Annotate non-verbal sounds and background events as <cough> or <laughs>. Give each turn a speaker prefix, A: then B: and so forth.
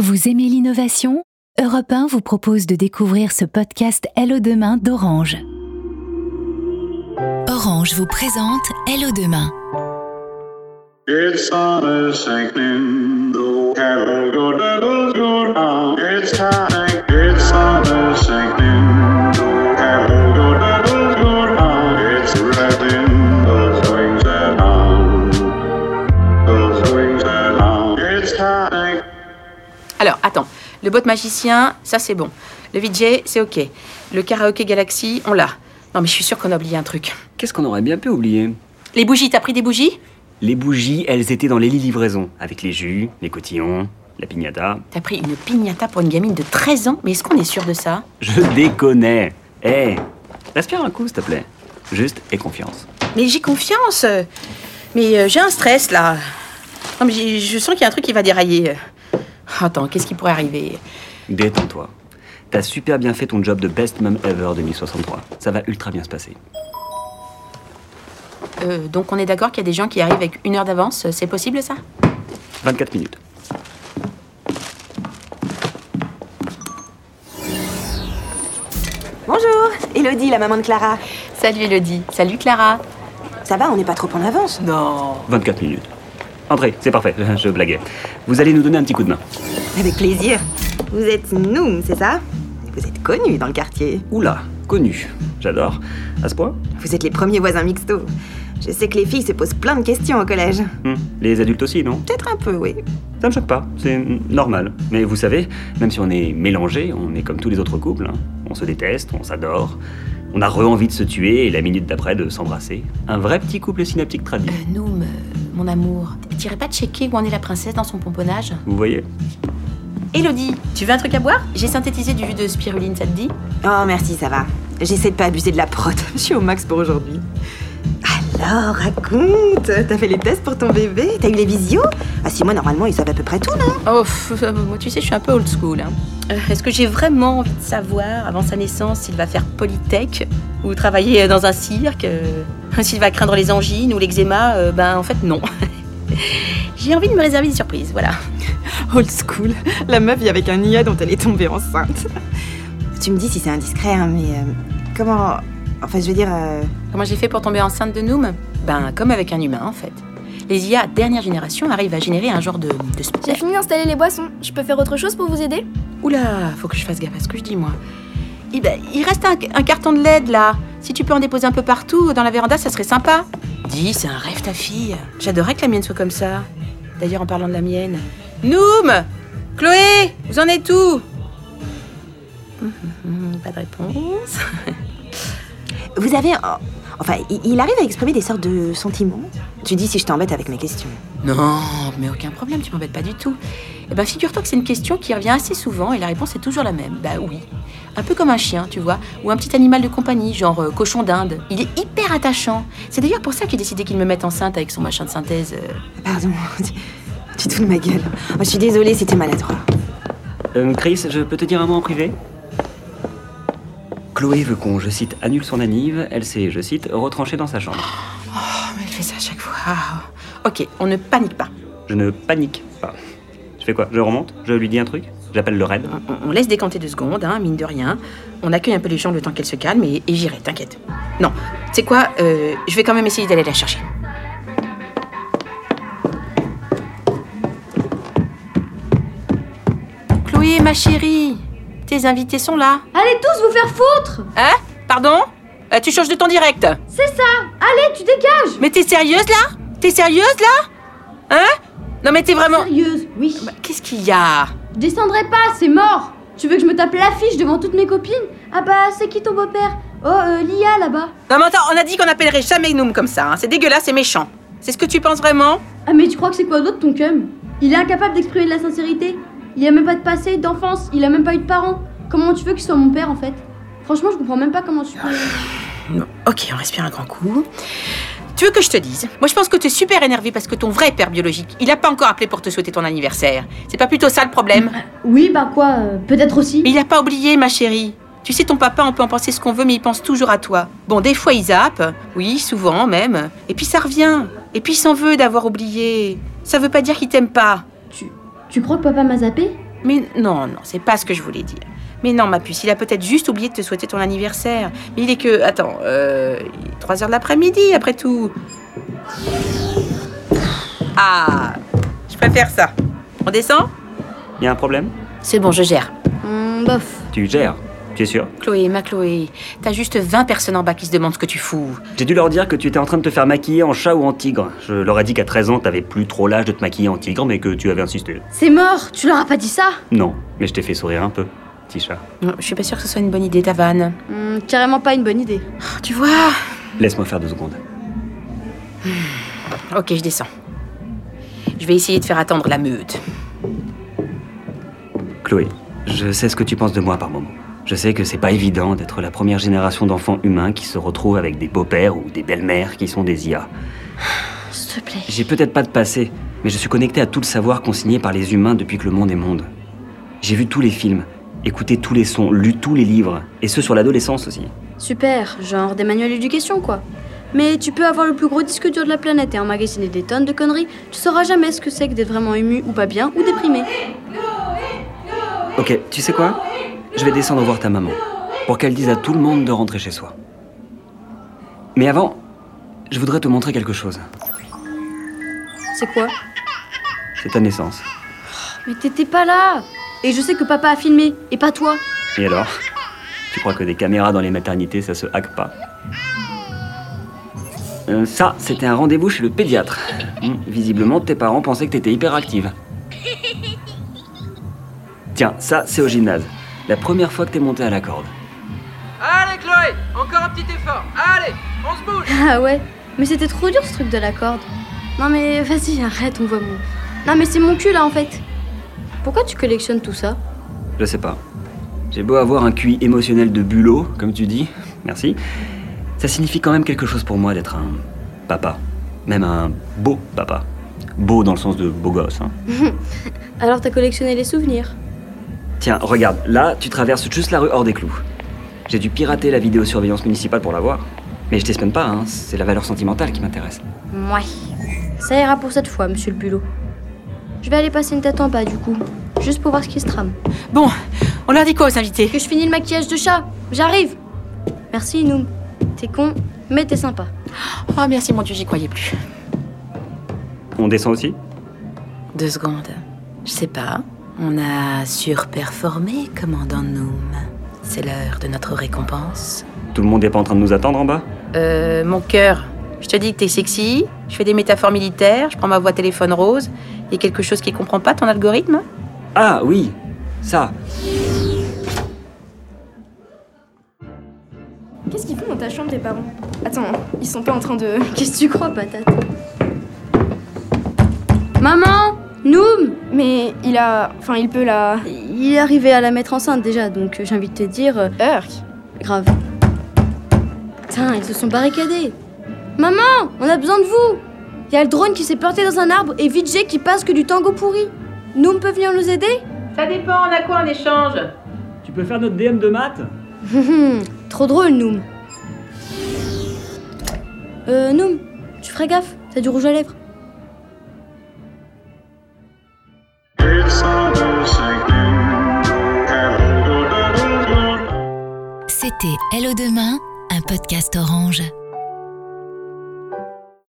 A: Vous aimez l'innovation Europe 1 vous propose de découvrir ce podcast Hello Demain d'Orange. Orange vous présente Hello Demain.
B: It's on a sinking, the cattle go down, go down. It's time, it's on a sinking, the cattle go down, go down. It's rising, the swings are down, the swings are down. It's time.
C: Alors, attends. Le bot magicien, ça c'est bon. Le VJ, c'est ok. Le karaoké Galaxy, on l'a. Non, mais je suis sûre qu'on a oublié un truc.
D: Qu'est-ce qu'on aurait bien pu oublier
C: Les bougies, t'as pris des bougies
D: Les bougies, elles étaient dans les lits livraison, avec les jus, les cotillons, la pignata.
C: T'as pris une pignata pour une gamine de 13 ans Mais est-ce qu'on est sûr de ça
D: Je déconnais Hé Respire un coup, s'il te plaît. Juste et confiance.
C: Mais j'ai confiance Mais euh, j'ai un stress, là. Non, mais j'ai- je sens qu'il y a un truc qui va dérailler. Attends, qu'est-ce qui pourrait arriver
D: Détends-toi. T'as super bien fait ton job de best mom ever 2063. Ça va ultra bien se passer.
C: Euh, Donc, on est d'accord qu'il y a des gens qui arrivent avec une heure d'avance C'est possible, ça
D: 24 minutes.
E: Bonjour, Elodie, la maman de Clara.
C: Salut, Elodie. Salut, Clara.
E: Ça va, on n'est pas trop en avance.
C: Non.
D: 24 minutes. Entrez, c'est parfait, <laughs> je blaguais. Vous allez nous donner un petit coup de main.
E: Avec plaisir. Vous êtes Noom, c'est ça Vous êtes connus dans le quartier.
D: Oula, connu. J'adore. À ce point
E: Vous êtes les premiers voisins mixtos. Je sais que les filles se posent plein de questions au collège.
D: Hmm, Les adultes aussi, non
E: Peut-être un peu, oui.
D: Ça me choque pas, c'est normal. Mais vous savez, même si on est mélangé, on est comme tous les autres couples. hein. On se déteste, on s'adore. On a re-envie de se tuer et la minute d'après de s'embrasser. Un vrai petit couple synaptique tradit.
C: Euh, Noom, euh, mon amour, t'irais pas checker où en est la princesse dans son pomponnage
D: Vous voyez
C: Elodie, tu veux un truc à boire J'ai synthétisé du jus de spiruline, ça te dit
E: Oh, merci, ça va. J'essaie de pas abuser de la prod. <laughs> Je suis au max pour aujourd'hui. Alors, raconte T'as fait les tests pour ton bébé T'as eu les visios Ah si, moi, normalement, ils savent à peu près tout, non
C: Oh, pff, euh, moi tu sais, je suis un peu old school. hein. Euh, Est-ce que j'ai vraiment envie de savoir, avant sa naissance, s'il va faire polytech ou travailler euh, dans un cirque euh, <laughs> S'il va craindre les angines ou l'eczéma euh, Ben en fait, non. <laughs> j'ai envie de me réserver des surprises, voilà.
E: Old school. La meuf, il y avec un IA dont elle est tombée enceinte. Tu me dis si c'est indiscret, hein, mais... euh, comment... Enfin, je veux dire... euh,
C: Comment j'ai fait pour tomber enceinte de Noom Ben comme avec un humain en fait. Les IA dernière génération arrivent à générer un genre de, de
F: J'ai fini d'installer les boissons. Je peux faire autre chose pour vous aider
C: Oula, faut que je fasse gaffe à ce que je dis, moi. Eh ben, il reste un, un carton de LED, là. Si tu peux en déposer un peu partout, dans la véranda, ça serait sympa. Dis, c'est un rêve, ta fille. J'adorerais que la mienne soit comme ça. D'ailleurs, en parlant de la mienne... Noom Chloé Vous en êtes où Hum, hum, hum, Pas de réponse.
E: Vous avez... oh, Enfin, il- il arrive à exprimer des sortes de sentiments. Tu dis si je t'embête avec mes questions.
C: Non, mais aucun problème, tu m'embêtes pas du tout. Eh ben, figure-toi que c'est une question qui revient assez souvent et la réponse est toujours la même. Bah oui. Un peu comme un chien, tu vois, ou un petit animal de compagnie, genre euh, cochon d'Inde. Il est hyper attachant. C'est d'ailleurs pour ça qu'il décidait qu'il me mette enceinte avec son machin de synthèse. euh.
E: Pardon, <laughs> tu- tu te fous de ma gueule. Oh, je suis désolée, c'était maladroit.
D: Euh, Chris, je peux te dire un mot en privé Chloé veut qu'on, je cite, annule son anniv. Elle s'est, je cite, retranchée dans sa chambre.
C: Oh, mais il fait ça à chaque fois. Ah, Ok, on ne panique pas.
D: Je ne panique pas. Je fais quoi Je remonte Je lui dis un truc J'appelle le raid
C: On- On, on laisse décanter deux secondes, hein, mine de rien. On accueille un peu les gens le temps qu'elles se calment et, et j'irai, t'inquiète. Non, tu sais quoi, euh, je vais quand même essayer d'aller la chercher. Chloé, ma chérie, tes invités sont là.
F: Allez tous vous faire foutre
C: Hein Pardon Euh, Tu changes de ton direct.
F: C'est ça Allez, tu dégages
C: Mais t'es sérieuse là T'es sérieuse là Hein Non mais t'es vraiment...
F: Sérieuse, oui.
C: Bah, Qu'est-ce qu'il y a
F: Je descendrai pas, c'est mort Tu veux que je me tape l'affiche devant toutes mes copines Ah bah, c'est qui ton beau-père Oh, euh, Lia, là-bas.
C: Non mais attends, on a dit qu'on appellerait jamais Noom comme ça. hein. C'est dégueulasse, c'est méchant. C'est ce que tu penses vraiment
F: Ah mais tu crois que c'est quoi d'autre ton cum Il est incapable d'exprimer de la sincérité. Il a même pas de passé, d'enfance, il a même pas eu de parents. Comment tu veux qu'il soit mon père, en fait Franchement, je comprends même pas comment tu peux...
C: Non. Ok, on respire un grand coup. Tu veux que je te dise Moi, je pense que tu es super énervé parce que ton vrai père biologique, il a pas encore appelé pour te souhaiter ton anniversaire. C'est pas plutôt ça le problème
F: Oui, bah quoi, euh, peut-être aussi.
C: Mais il a pas oublié, ma chérie. Tu sais, ton papa, on peut en penser ce qu'on veut, mais il pense toujours à toi. Bon, des fois, il zappe. Oui, souvent même. Et puis, ça revient. Et puis, il s'en veut d'avoir oublié. Ça veut pas dire qu'il t'aime pas.
F: Tu, tu crois que papa m'a zappé
C: Mais non, non, c'est pas ce que je voulais dire. Mais non, ma puce, il a peut-être juste oublié de te souhaiter ton anniversaire. Mais il est que. Attends, euh. 3 heures de l'après-midi, après tout. Ah, je préfère ça. On descend
D: Y a un problème
C: C'est bon, je gère.
F: Hum, bof.
D: Tu gères, tu es sûr
C: Chloé, ma Chloé, t'as juste 20 personnes en bas qui se demandent ce que tu fous.
D: J'ai dû leur dire que tu étais en train de te faire maquiller en chat ou en tigre. Je leur ai dit qu'à 13 ans, t'avais plus trop l'âge de te maquiller en tigre, mais que tu avais insisté.
F: C'est mort, tu leur as pas dit ça
D: Non, mais je t'ai fait sourire un peu, petit chat.
C: Je suis pas sûre que ce soit une bonne idée, ta vanne.
F: Hum, Carrément pas une bonne idée.
C: Tu vois
D: Laisse-moi faire deux secondes.
C: Ok, je descends. Je vais essayer de faire attendre la meute.
D: Chloé, je sais ce que tu penses de moi par moment. Je sais que c'est pas évident d'être la première génération d'enfants humains qui se retrouvent avec des beaux-pères ou des belles-mères qui sont des IA.
F: S'il te plaît.
D: J'ai peut-être pas de passé, mais je suis connecté à tout le savoir consigné par les humains depuis que le monde est monde. J'ai vu tous les films, écouté tous les sons, lu tous les livres, et ceux sur l'adolescence aussi.
F: Super, genre des manuels d'éducation quoi. Mais tu peux avoir le plus gros disque dur de la planète et emmagasiner des tonnes de conneries, tu sauras jamais ce que c'est que d'être vraiment ému ou pas bien ou déprimé.
D: Ok, tu sais quoi Je vais descendre voir ta maman, pour qu'elle dise à tout le monde de rentrer chez soi. Mais avant, je voudrais te montrer quelque chose.
F: C'est quoi
D: C'est ta naissance.
F: Mais t'étais pas là Et je sais que papa a filmé, et pas toi. <laughs>
D: Et alors Tu crois que des caméras dans les maternités, ça se hack pas Euh, Ça, c'était un rendez-vous chez le pédiatre. Hmm, Visiblement, tes parents pensaient que t'étais hyperactive. Tiens, ça, c'est au gymnase. La première fois que t'es montée à la corde.
G: Allez Chloé, encore un petit effort. Allez, on se bouge.
F: Ah ouais Mais c'était trop dur ce truc de la corde. Non mais vas-y, arrête, on voit mon... Non mais c'est mon cul là en fait. Pourquoi tu collectionnes tout ça
D: Je sais pas. J'ai beau avoir un QI émotionnel de bulot, comme tu dis, merci. Ça signifie quand même quelque chose pour moi d'être un papa. Même un beau papa. Beau dans le sens de beau gosse, hein.
F: Alors t'as collectionné les souvenirs.
D: Tiens, regarde, là, tu traverses juste la rue hors des clous. J'ai dû pirater la vidéosurveillance municipale pour la voir. Mais je t'espionne pas, hein, c'est la valeur sentimentale qui m'intéresse.
F: Mouais. Ça ira pour cette fois, monsieur le bulot. Je vais aller passer une tête en bas du coup, juste pour voir ce qui se trame.
C: Bon, on leur dit quoi aux invités
F: Que je finis le maquillage de chat, j'arrive Merci Noum. T'es con, mais t'es sympa.
C: Oh merci mon Dieu, j'y croyais plus.
D: On descend aussi
C: Deux secondes. Je sais pas. On a surperformé, commandant Noom. C'est l'heure de notre récompense.
D: Tout le monde n'est pas en train de nous attendre en bas
C: Euh, mon cœur, je te dis que t'es sexy, je fais des métaphores militaires, je prends ma voix téléphone rose. Y a quelque chose qui comprend pas ton algorithme
D: Ah oui, ça.
H: Qu'est-ce qu'ils font dans ta chambre, tes parents Attends, ils sont pas en train de.
F: <laughs> Qu'est-ce que tu crois, patate Maman Noum
H: Mais il a. Enfin, il peut la.
F: Il est arrivé à la mettre enceinte déjà, donc j'ai envie de te dire, euh,
H: Urk
F: grave. Putain, ils se sont barricadés Maman On a besoin de vous Il y a le drone qui s'est planté dans un arbre et Vijay qui passe que du tango pourri Noum peut venir nous aider
C: Ça dépend, on a quoi en échange
D: Tu peux faire notre DM de maths
F: Hum, hum, <laughs> Trop drôle, Noum. Euh, Noum, tu ferais gaffe, t'as du rouge à lèvres.
B: It's summer sinking. Hello, good, good, good.
A: C'était Hello Demain, un podcast orange.